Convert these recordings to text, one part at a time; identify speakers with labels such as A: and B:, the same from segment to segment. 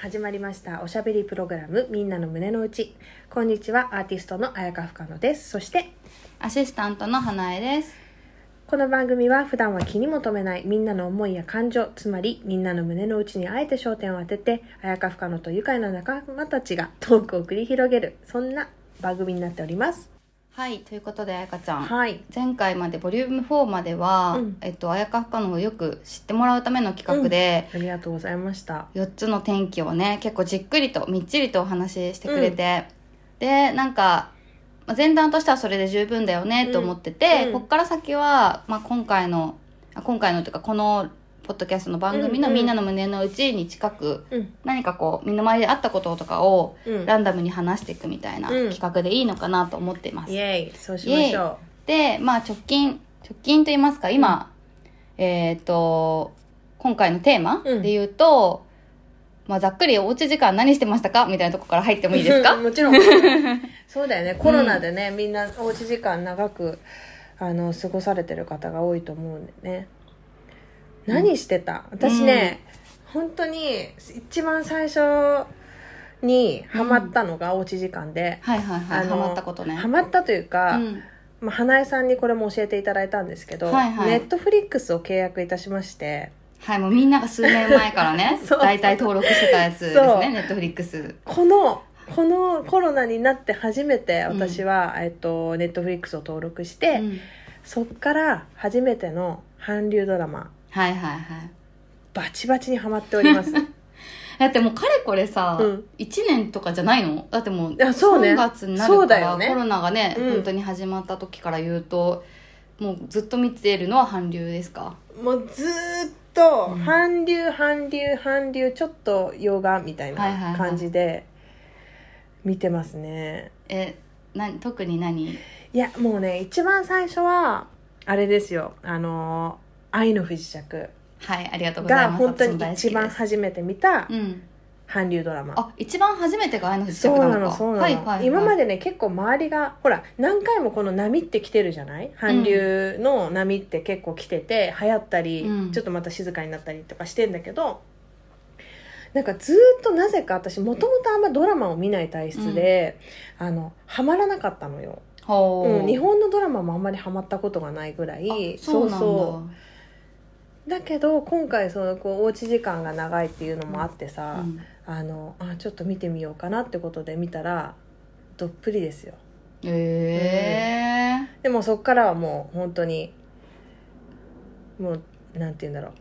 A: 始まりましたおしゃべりプログラムみんなの胸の内こんにちはアーティストの綾香深野ですそして
B: アシスタントの花江です。
A: この番組は普段は気にも留めないみんなの思いや感情つまりみんなの胸の内にあえて焦点を当てて綾香深野と愉快な仲間たちがトークを繰り広げるそんな番組になっております
B: はい、ということで、あやかちゃん。
A: はい
B: 前回までボリューム4までは、
A: うん
B: えっと、あやか不可能をよく知ってもらうための企画で、
A: ありがとうございました
B: 4つの天気をね、結構じっくりと、みっちりとお話ししてくれて、で、なんか、まあ前段としてはそれで十分だよねと思ってて、
A: うん
B: こっから先は、まあ、今回の、あ今回のというか、この、ポッドキャストの番組の
A: うんうん
B: みんなの胸の内に近く、
A: うん
B: 何かこう、身の回りであったこととかを、
A: うん
B: ランダムに話していくみたいな
A: うん
B: 企画でいいのかなと思ってます。
A: イエーイそうしましょ
B: で、まあ直近、直近と言いますか、今、えっ、と、今回のテーマ
A: うん
B: で言うと、まあざっくりおうち時間何してましたかみたいなとこから入って
A: う
B: もいいですか
A: もちろんそうだよねコロナでね、みんなおうち時間長くあの過ごされてる方が多いと思うんでね何してた、私ね、本当に一番最初にハマったのがおうち時間で、
B: はいはいは
A: あ
B: い。
A: の
B: ハマったことね。
A: ハマったというか、
B: うん
A: まあ、花江さんにこれも教えていただいたんですけど、
B: はいはい
A: ネットフリックスを契約いたしまして、
B: はい、もうみんなが数年前からね
A: そう
B: 大体登録してたやつです
A: そう
B: ね、ネットフリックス。
A: このこのコロナになって初めて私は、えっと、ネットフリックスを登録して、
B: うん
A: そっから初めての韓流ドラマ
B: はいはいはい。
A: バチバチにはまっております
B: だってもうかれこれさ、
A: うん
B: 一1年とかじゃないのだってもう
A: あそうね
B: 3月にな
A: そう
B: るか
A: だよ
B: ら、
A: ね
B: コロナがね、
A: うん
B: 本当に始まった時から言うともうずっと見てるのは韓流ですか
A: もうずーっと
B: うん
A: 韓流韓流韓流ちょっと洋画みたい
B: はいはいは
A: ない感じで見てますね
B: えな特に何
A: いやもうね一番最初はあれですよあの「愛の不時着
B: はいありが」とうござい
A: が
B: ます
A: 本当
B: 私も
A: に
B: 大好
A: 一
B: き
A: 番
B: です
A: 初めて見た
B: うん、
A: 韓流ドラマ
B: あ一番初めてが愛の不時
A: そ
B: 着
A: う
B: なの
A: な
B: か
A: のそうなの、
B: はいはいはい、
A: 今ま
B: で
A: でね結構周りがほら何回もこの波って来てるじゃない韓流の波って結構来てて、流行ったり、
B: うん
A: ちょっとまた静かになったりとかしてんだけどなんかずーっとなぜか私もともとあんまドラマを見ない体質で、あのハマらなかったのよ、
B: ほう
A: うん、日本のドラマもあんまりハマったことがないぐらい
B: あそうなんだ
A: そうそうだけど今回そのこうおうち時間が長いっていうのもあってさ、
B: うん
A: あのあちょっと見てみようかなってことで見たらどっぷりですよ
B: えー
A: でもそっからはもう本当にもうなんて言うんだろ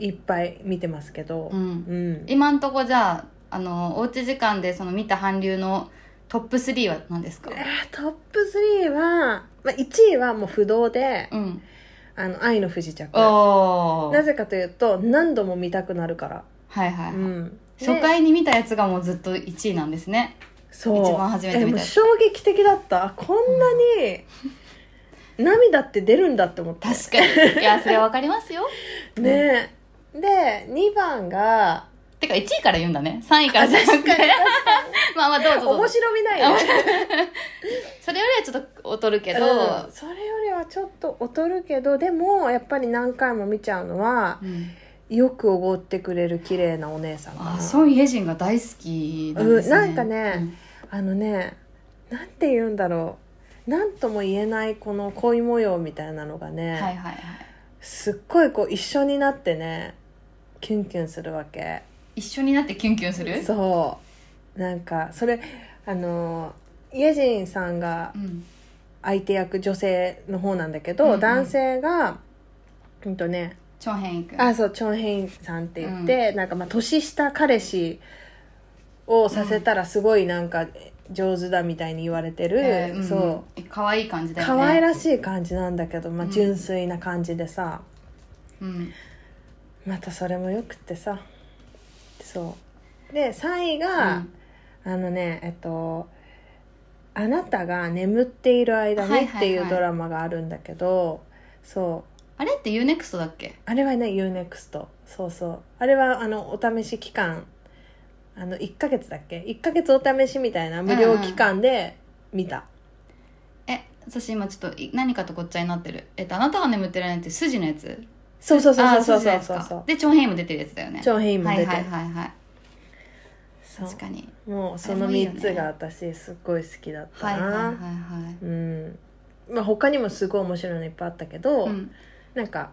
A: ういっぱい見てますけど
B: うん
A: うん、
B: 今んとこじゃああのおうち時間でその見た韓流のトップ3は何ですか
A: えートップ3は、まあ、1位はもう不動で
B: うん
A: 「あの愛の不時着」
B: おー
A: なぜかというと何度も見たくなるから、
B: はいはい、
A: うん、で
B: 初回に見たやつがもうずっと1位なんですね
A: そう
B: 一番初めて見た
A: えもう衝撃的だったあこんなに、涙って出るんだって思った
B: 確か にいやそれわかりますよ
A: ねで2番が
B: てか1位から言うんだね3位からじゃなくて まあまあどうぞどう
A: 面
B: ぞ
A: 白みないよね
B: それよりはちょっと劣るけど、
A: うんそれよりはちょっと劣るけどでもやっぱり何回も見ちゃうのは
B: うん
A: よくおごってくれる綺麗なお姉さん
B: あ
A: が
B: ソン・イェジンが大好きなんですね、
A: うんなんかねあのねなんて言うんだろうなんとも言えないこの恋模様みたいなのが
B: う
A: ね、
B: んはいはいはい
A: すっごいこう一緒になってねキュンキュンするわけ
B: 一緒になってキュンキュンする
A: そうなんかそれあのイェジンさんが
B: うん
A: 相手役女性の方なんだけど、
B: うんうん
A: 男性がうんとね
B: チョン・ヘンイ君
A: あそうチョン・ヘインさんって言って、なんかまあ年下彼氏をさせたらすごいなんか上手だみたいに言われてる、
B: えーうん
A: そう
B: 可愛い感じだよね
A: 可愛らしい感じなんだけど、まあ、
B: うん
A: 純粋な感じでさ、
B: うん
A: またそれもよくってさそうで3位が、あのねえっと「あなたが眠っている間
B: はい
A: に」
B: はい
A: っ
B: は
A: て
B: い
A: いうドラマがあるんだけど、そう
B: あれって UNEXT だっけ
A: あれはね UNEXT そうそうあれはあのお試し期間あの1ヶ月だっけ1ヶ月お試しみたいな無料期間で見た、
B: え私今ちょっとい何かとごっちゃになってるえっとあなたが眠ってるやつ筋のやつ
A: そうそうそう
B: あ
A: そうそう
B: 筋の
A: そう
B: やつ
A: そう
B: かで長編も出てるやつだよね
A: 長編も
B: は
A: 出
B: い
A: て、
B: はいはいはい
A: そう
B: 確かに
A: もうその
B: あれもいいよね
A: 3つが私すっごい好きだった
B: はい
A: な
B: はいはいはい
A: うんまあ、他にもすごい面白いのいっぱいあったけど、
B: うん
A: なんか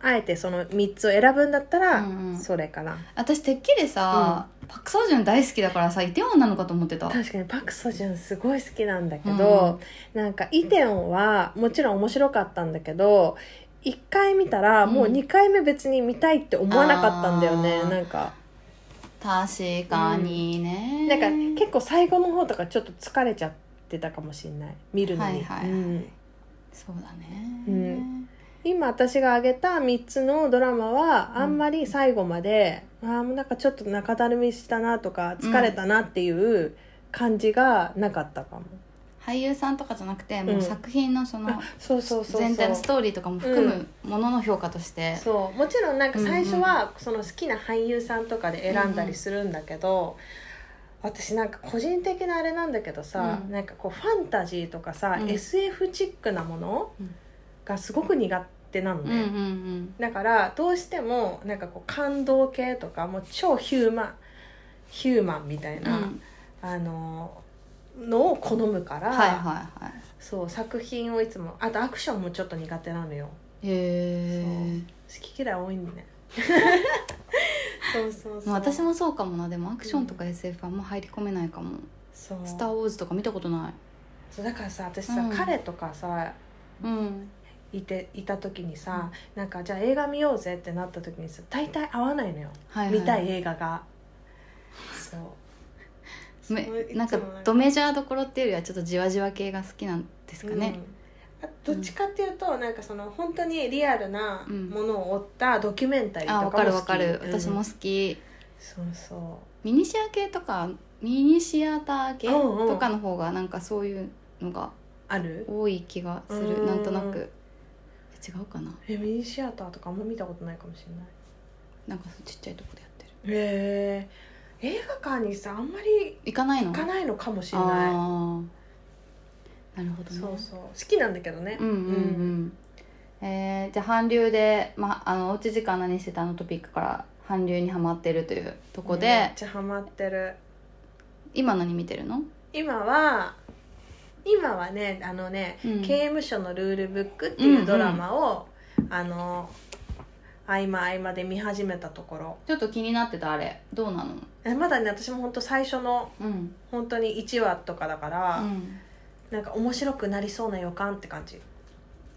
A: あえてその3つを選ぶんだったら、
B: うんうん
A: それかな
B: 私てっきりさ、パク・ソジュン大好きだからさイテウォンなのかと思ってた
A: 確かにパク・ソジュンすごい好きなんだけど、なんかイテオンはもちろん面白かったんだけど1回見たらもう2回目別に見たいって思わなかったんだよね、
B: うんあー
A: なんか
B: 確かにね、
A: なんか結構最後の方とかちょっと疲れちゃってたかもしれない見るのに、
B: はいはいはい
A: うん
B: そうだね、
A: うん今私が挙げた3つのドラマはあんまり最後まで、ああもうなんかちょっと中だるみしたなとか疲れたなっていう感じがなかったかも、
B: 俳優さんとかじゃなくてもううん作品のその
A: あそうそうそうそう
B: 全体のストーリーとかも含むものの評価として、
A: そうもちろんなんか最初はその好きな俳優さんとかで選んだりするんだけど、私なんか個人的なあれなんだけどさ、
B: うん
A: なんかこうファンタジーとかさ、
B: うん
A: SF チックなもの
B: うん
A: がすごく苦手なの
B: うん
A: ね、
B: うんうん
A: だからどうしてもなんかこう感動系とかもう超ヒューマンヒューマンみたい
B: うん
A: な、あののを好むから、
B: はいはいはい
A: そう作品をいつもあとアクションもちょっと苦手なのよ
B: へ
A: 好き嫌い多いんだねそうそう
B: え私もそうかもなでもアクションとか SF あんま入り込めないかも
A: そう
B: 「スター・ウォーズ」とか見たことない
A: そうだからさ私さ、
B: うん
A: 彼とかさ
B: うん
A: いていた時にさ、なんかじゃあ映画見ようぜってなった時にさ大体合わないのよ、
B: はい、
A: 見たい
B: い
A: 映画がそう
B: め
A: そういつも
B: なんかドメジャーどころっていうよりはちょっとじわじわ系が好きなんですかね、
A: うんあどっちかっていうと、なんかその本当にリアルな
B: うん
A: ものを追ったドキュメンタリー
B: あ
A: と
B: わ
A: か
B: か
A: も
B: る
A: 好
B: わ
A: き
B: かる、
A: うん
B: 私も好き
A: そうそ
B: ミニシア系とかミニシアター系
A: うんうん
B: とかの方がなんかそういうのが
A: うある
B: 多い気がする
A: うん
B: なんとなくえ違うかな
A: えミニシアターとかあんま見たことないかもしれない
B: なんかそうちっちゃいとこでやってる
A: へえ映画館にさあんまり
B: 行かないの
A: 行かないのかもしれな
B: ああなるほど
A: い
B: ね
A: そうそう好きなんだけどね
B: うんうんうんえー、じゃあ韓流で、ま、あのおうち時間何してたのトピックから韓流にハマってるというとこ
A: め
B: で
A: っ、ちゃハマってる
B: 今何見てるの、
A: 今は今はねあのね、
B: うん
A: 刑務所のルールブックっていうドラマを、あの合間合間で見始めたところ
B: ちょっと気になってたあれどうなの
A: えまだね私も本当最初の
B: うん、
A: 本当に1話とかだか
B: あ
A: ら、
B: うん、
A: なんか面白くなりそうな予感って感じ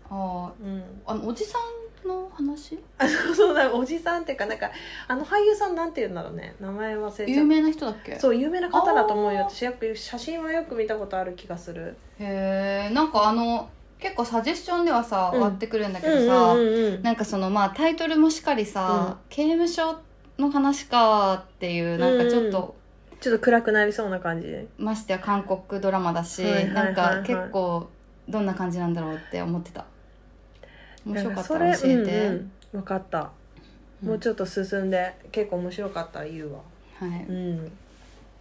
B: あ
A: うん
B: ーあのおじさんの話
A: あ そうそうだおじさんっていうかなんかあの俳優さんなんて言うんだろうね名前忘れちゃった
B: 有名な人だっけ
A: そう有名な方だと思うよ
B: あー
A: 私よく写真はよく見たことある気がする
B: へえんかあの結構サジェスションではさ、
A: うん
B: 上がってくるんだけどさ、
A: うん
B: なんかそのまあタイトルもしっかりさ、刑務所の話かっていうなんかちょっと、
A: ちょっと暗くなりそうな感じで
B: ましてや韓国ドラマだし、
A: はいはいはいはい
B: なんか結構どんな感じなんだろうって思ってた面白かった
A: なん
B: ら
A: か
B: 教
A: そ
B: え
A: れ
B: て、
A: うんうん分かった、もうちょっと進んで結構面白かったら言うわ
B: はい、
A: うん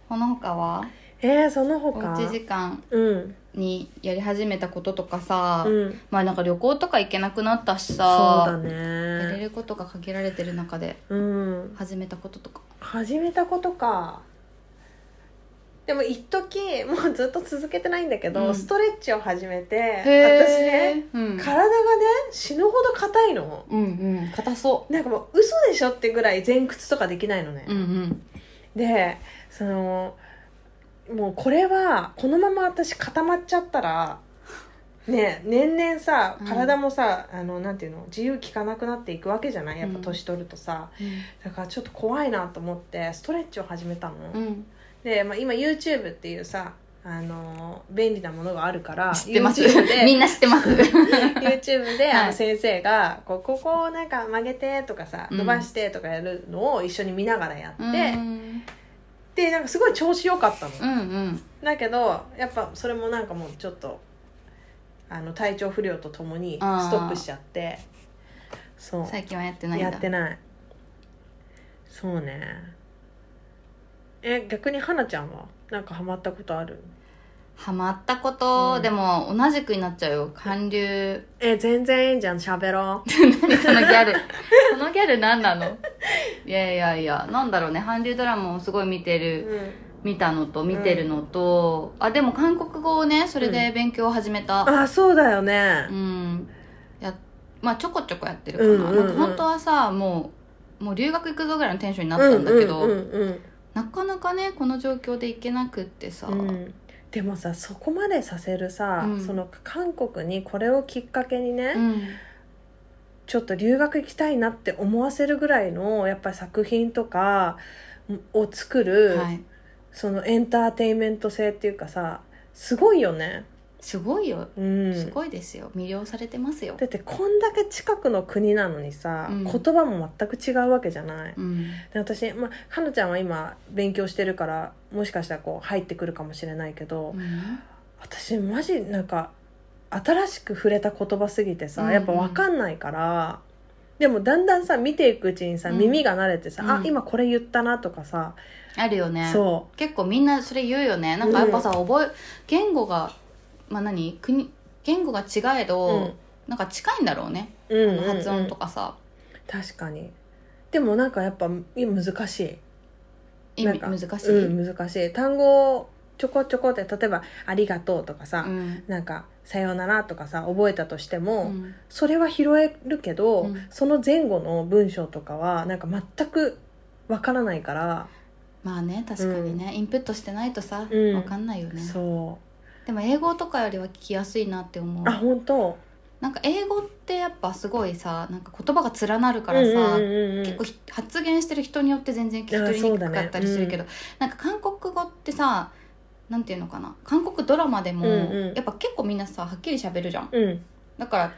B: この他は
A: えー、その
B: お
A: 他
B: うち時間
A: うん
B: にやり始めたこととかさ、
A: うん
B: まあなんか旅行とか行けなくなったし
A: そうだ
B: さ、やれ
A: ね
B: ることが限られてる中で
A: うん
B: 始めたこととか
A: 始めたことかでも一時もうずっと続けてないんだけど、
B: うん
A: ストレッチを始めて私ね
B: へーうん、
A: 体がね死ぬほど硬いの
B: うんうん硬そ
A: なんかもう嘘でしょってぐらい前屈とかできないのね、
B: ううんうん
A: でそのもうこれはこのまま私固まっちゃったらね年々さ
B: うん
A: 体もさ、あのなんていうの自由効かなくなっていくわけじゃないやっぱ
B: うん
A: 年取るとさ、
B: うん
A: だからちょっと怖いなと思ってストレッチを始めたの、
B: うん
A: で、まあ、今 YouTube っていうさあの便利なものがあるから
B: 知ってます
A: YouTube で
B: みんな知ってます
A: YouTube で
B: はい
A: あの先生がこうここをなんか曲げてとかさ
B: うん
A: 伸ばしてとかやるのを一緒に見ながらやって、
B: うんうん
A: でなんかすごい調子良かったの、
B: うん
A: だけどやっぱそれもなんかもうちょっとあの体調不良とともに
B: あー
A: ストップしちゃってそう
B: 最近はやってないんだ
A: やってないそうねえ逆に花ちゃんはなんかハマったことある
B: ハマったこと、
A: うん
B: でも同じくになっちゃうよ韓流
A: え全然いいじゃん喋ろう
B: 何そのギャルこのギャル何なのいやいやいやなんだろうね韓流ドラマをすごい見てる見たのと見てるのと、あでも韓国語をねそれで勉強を始めた、
A: あそうだよね
B: うんやまあちょこちょこやってるかな,、
A: うんうんうん
B: なんか本当はさもうもう留学行くぞぐらいのテンションにな
A: あ
B: ったんだけど、
A: うんうん
B: なかなかねこの状況で行けなくってさ、
A: うんうんでもさそこまでさせるさ、
B: うん
A: その韓国にこれをきっかけにね、
B: うん
A: ちょっと留学行きたいなって思わせるぐらいのやっぱり作品とかを作る、
B: はい、
A: そのエンターテインメント性っていうかさすごいよね、
B: すごいよ
A: うん、
B: すごいですよ魅了されてますよ、
A: だってこんだけ近くの国なのにさ、
B: うん
A: 言葉も全く違うわけじゃない、
B: うん、
A: で私、まあ、かのちゃんは今勉強してるからもしかしたらこう入ってくるかもしれないけど、
B: うん
A: 私マジなんか新しく触れた言葉すぎて
B: うんう
A: さ
B: ん
A: やっぱ分かんないから、でもだんだんさ見ていくうちにさ
B: うん
A: 耳が慣れてさ、
B: う
A: あ
B: ん
A: 今これ言ったなとかさ、
B: あるよね
A: そ
B: 結構みんなそれ言うよねなんかやっぱさ、覚え言語がまあ何国言語が違え
A: う、
B: ど、なんか近いんだろうね、
A: うんうん
B: あ
A: うん
B: の発音とかさ、
A: 確かにでもなんかやっぱ難しい
B: 意味
A: なん
B: 難
A: か
B: しい、
A: うん、難しい単語をちょこちょこって例えば「ありがとう」とかさ、
B: うん
A: なんか「さようなら」とかさ覚えたとしても、
B: うん
A: それは拾えるけど、
B: うん
A: その前後の文章とかはなんか全くわからないから、
B: まあね確かにね、インプットしてないとさ、
A: うん
B: わかんないよね
A: そ
B: でも英語とかよりは聞きやすいなって思う
A: うあ本当
B: なんか英語ってやっぱすごいさなんか言葉が連なるからさ、
A: うんうんうんうん
B: 結構ひ発言してる人によって全然聞き取りにくかったりするけど、なんか韓国語ってさなんていうのかな韓国ドラマでも、
A: うんうん
B: やっぱ結構みんなさはっきり喋るじゃん
A: うん
B: だから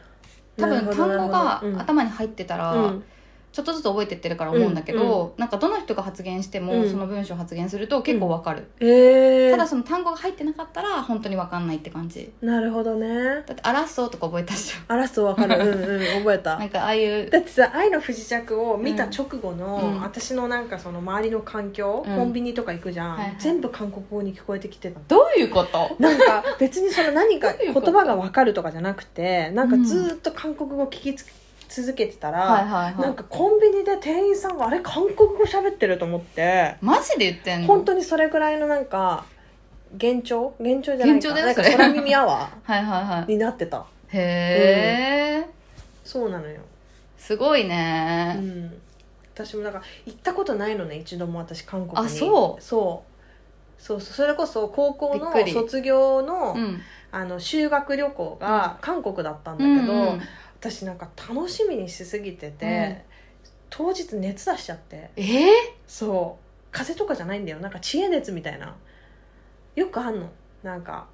B: 多
A: なる
B: 分
A: ほど
B: 単語が
A: なるほどうん
B: 頭に入ってたら、
A: うん
B: ちょっとずつ覚えてってるから思うんだけど、なんかどの人が発言しても、
A: うん
B: その文章発言すると結構わかる、
A: え
B: ただ
A: ー、
B: その単語が入ってなかったら本当にわかんないって感じ
A: なるほどね
B: だって「争う」とか覚えたっし
A: あらそうわか るうんうん覚え
B: ょな
A: た
B: んかああいう
A: だってさ「愛の不時着」を見た直後の、
B: うん
A: 私のなんかその周りの環境、
B: うん
A: コンビニとか行くじゃん、
B: はいはい
A: 全部韓国語に聞こえてきてた
B: どういうこと
A: なんか別にその何か
B: どうい
A: 言
B: うこと
A: 葉がわかるとかじゃなくてなんかずーっと韓国語聞きつ続けてたら、
B: はいはいは
A: なん
B: い
A: かコンビニで店員さんがあれ韓国語喋ってると思って
B: マジで言ってんの
A: 本当にそれぐらいのなんか幻聴幻聴じゃない
B: 幻聴
A: か
B: だよ
A: なんか
B: それ
A: 空耳アワ
B: はいはい は
A: ーになってた
B: いへえ、
A: そうなのよ、
B: すごいうね、
A: ん、私もなんか行ったことないのね一度も私韓国に
B: あそう
A: そうそうそうそれこそ高校の
B: びっくり
A: 卒業の,、
B: うん、
A: あの修学旅行が韓国だったんだけど、
B: うんうん
A: 私なんか楽しみにしすぎてて、当日熱出しちゃって
B: えー、
A: そう風邪とかじゃないんだよなんか知恵熱みたいなよくあんのなんか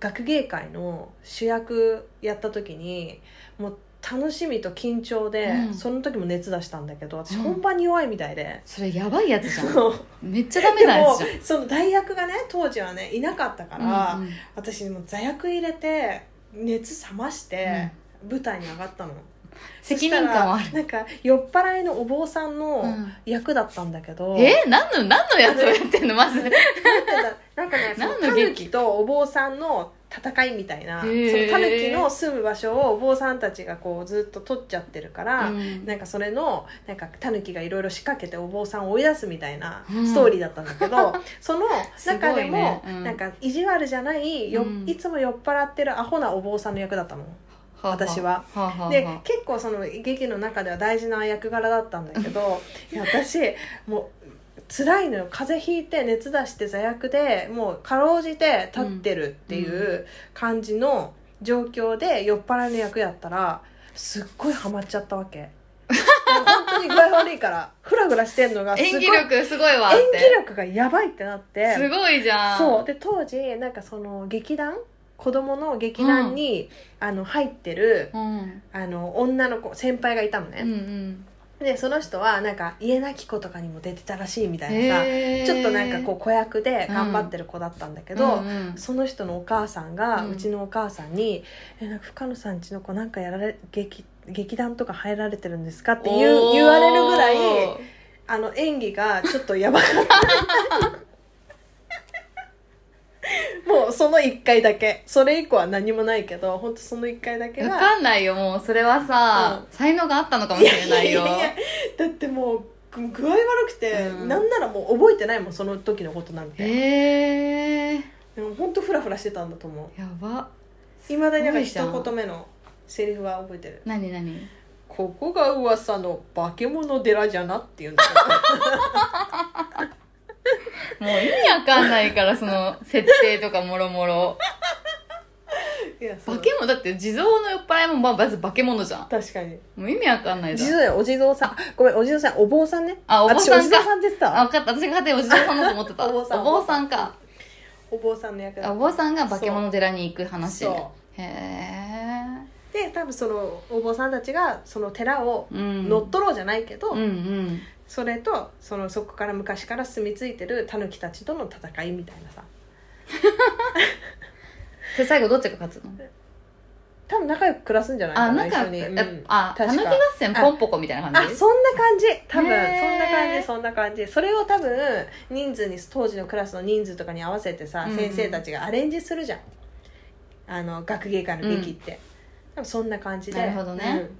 A: 学芸会の主役やった時にもう楽しみと緊張で、
B: うん
A: その時も熱出したんだけど私
B: うん
A: 本番に弱いみたい で、
B: それやばいやつじゃん
A: そう
B: めっちゃダメなやつじ
A: でもその大学がね当時はねいなかったか
B: ゃん
A: ら、
B: うんうん
A: 私もう座薬入れて熱冷まして、舞台に上がったの
B: 責任感はあ
A: そしたらなんか酔っ払いのお坊さん
B: う
A: の
B: ん
A: 役だったんだけど、
B: え何の何のやつをやってんのまず
A: なんかねその
B: 何の
A: タヌ
B: 劇
A: キとお坊さんの戦いみたいな
B: へ
A: そ
B: ー
A: のタヌキの住む場所をお坊さんたちがこうずっと取っちゃってるから、
B: うん
A: なんかそれのなんかタヌキがいろいろ仕掛けてお坊さんを追い出すみたいな
B: うん
A: ストーリーだったんだけど、 その中でも、
B: すごいねうん
A: なんか意地悪じゃないよ、
B: うん
A: いつも酔っ払ってるアホなお坊さんの役だったの。
B: ああ
A: 私は
B: ああ
A: で
B: は
A: 結構その劇の中では大事な役柄だったんだけ どいや私もう辛いのよ風邪ひいて熱出して座薬でもうかろうじて立ってるっていう感じの状況で酔っ払いの役やったらすっごいハマっちゃったわ けもう本当に具合悪いからフラフラしてんのが
B: あ
A: すごい
B: 演技力すごいわって
A: 演技力がやばいってなって
B: すごいじゃん
A: そうで当時なんかその劇団子供の劇団に、あの入ってる
B: うん、
A: あの女の子先輩がいたのね
B: うん、うん
A: でその人はなんか家なき子とかにも出てたらしいみたいなさ、
B: へー
A: ちょっとなんかこう子役で頑張ってる子だったんだけど、
B: うんうん
A: その人のお母さんが、
B: う
A: うんちのお母さんに「えなんか深野さんちの子なんかやられ劇劇団とか入られてるんですか?」って言
B: お
A: う
B: ー
A: 言われるぐらいあの演技がちょっとやばかった もうその1回だけそれ以降は何もないけど本当その1回だけ
B: わ
A: が
B: かんないよもうそれはさ、才能があったのかもしれないよ
A: いやいやいやだってもうぐ具合悪くて、
B: うん
A: なんならもう覚えてないもんその時のことなんて、
B: へえ
A: でも本当フラフラしてたんだと思う
B: やば
A: いまだになんか
B: すごいじゃん
A: 一言目のセリフは覚えてる
B: 何何
A: ここが噂の化け物寺じゃなっていうんだけど
B: もう意味わかんないからその設定とかもろも ろ
A: いやそう
B: 化け物だって地蔵の酔っ払いもまあまず化け物じゃん
A: 確かに
B: もう意味わかんない
A: 地
B: じゃん
A: 蔵やお地蔵さんあごめんお地蔵さんお坊さんね
B: あお坊さんか
A: 私お地蔵さんって言って
B: あ
A: た
B: 分かった私が勝手にお地蔵さんだと思ってた
A: お坊さん
B: お坊さんか
A: お坊さんの役だ
B: あお坊さんが化け物寺に行く話ね
A: そ
B: へえ
A: で多分そのお坊さんたちがその寺を
B: うん
A: 乗っ取ろうじゃないけど、
B: うんうん
A: それとそのそこから昔から住み着いてるタヌキたちとの戦いみたいなさ
B: で最後どっちが勝つの
A: 多分仲良く暮らすんじゃない
B: あ
A: か
B: な
A: なん
B: か、
A: 一緒に、うん
B: あたぬ
A: 確
B: き合
A: か
B: 戦ポンポコみたいな感
A: あ
B: じ
A: そんな感じ多分そん
B: ねー
A: な感じそんな感じそれを多分人数に当時のクラスの人数とかに合わせてさ、
B: うん
A: 先生たちがアレンジするじゃんあの学芸会の劇って、多分そんな感じで
B: なるほどね
A: うん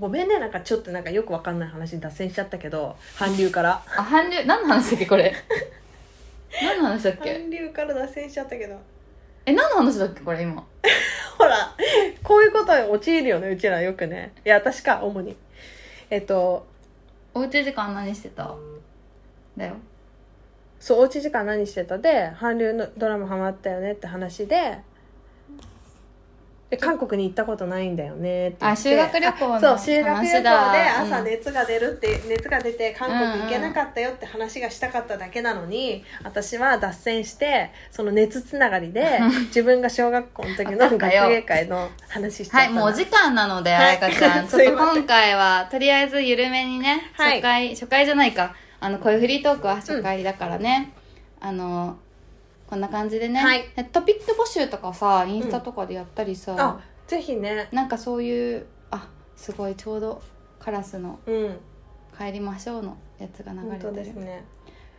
A: ごめんねなんかちょっとなんかよくわかんない話に脱線しちゃったけど韓流から
B: あ韓流何の話だっけこ れ何の話だっけ
A: 韓流から脱線しちゃったけど
B: え何の話だっけこれ今
A: ほら、こういうことに陥るよね、うちらよくね。いや、私か、主に。えっと、
B: おうち時間何してただよ
A: そう、おうち時間何してたで、韓流のドラマハマったよねって話で、で韓国に行ったことないんだよねって言って
B: あ修学旅行の
A: あそう修学旅行
B: 話
A: で
B: だ
A: 朝
B: うん
A: 熱が出るって、熱が出て韓国行けなかったよって話がしたかっただけなのに、私は脱線してその熱つながり で自分が小学校の時の
B: わかっ
A: 学
B: たよ
A: 芸会の話しちゃっ
B: は
A: た
B: い
A: な
B: もうお時間なので
A: は
B: 彩
A: い
B: 香ち ゃんち
A: すい
B: ょっと
A: ません
B: 今回はとりあえず緩めにね
A: はい
B: 初回、初回じゃないかあのこういうフリートークは初回だからね、あのこんな感じでね、
A: はい
B: でトピック募集とかさインスタとかでやったり
A: あ
B: さ、
A: ぜひね
B: なんかそういうあすごいちょうどカラスの
A: うん
B: 「帰りましょう」のやつが流
A: 本
B: れ
A: 当
B: て
A: で
B: る、
A: すね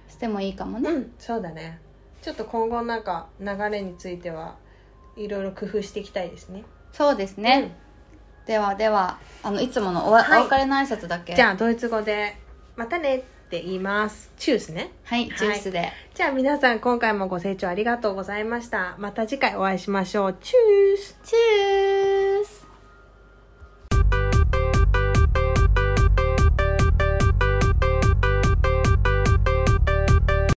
B: してもいいかもね、
A: うんそうだねちょっと今後なんか流れについてはいろいろ工夫していきたいですね
B: そうですね、ではではあのいつものお,、
A: はい
B: お別れの挨拶だけ
A: じゃあドイツ語で「またね」って言いますチュースね
B: はい
A: はい
B: ジュースで、
A: じゃあ皆さん今回もご清聴ありがとうございましたまた次回お会いしましょうチュース
B: チュー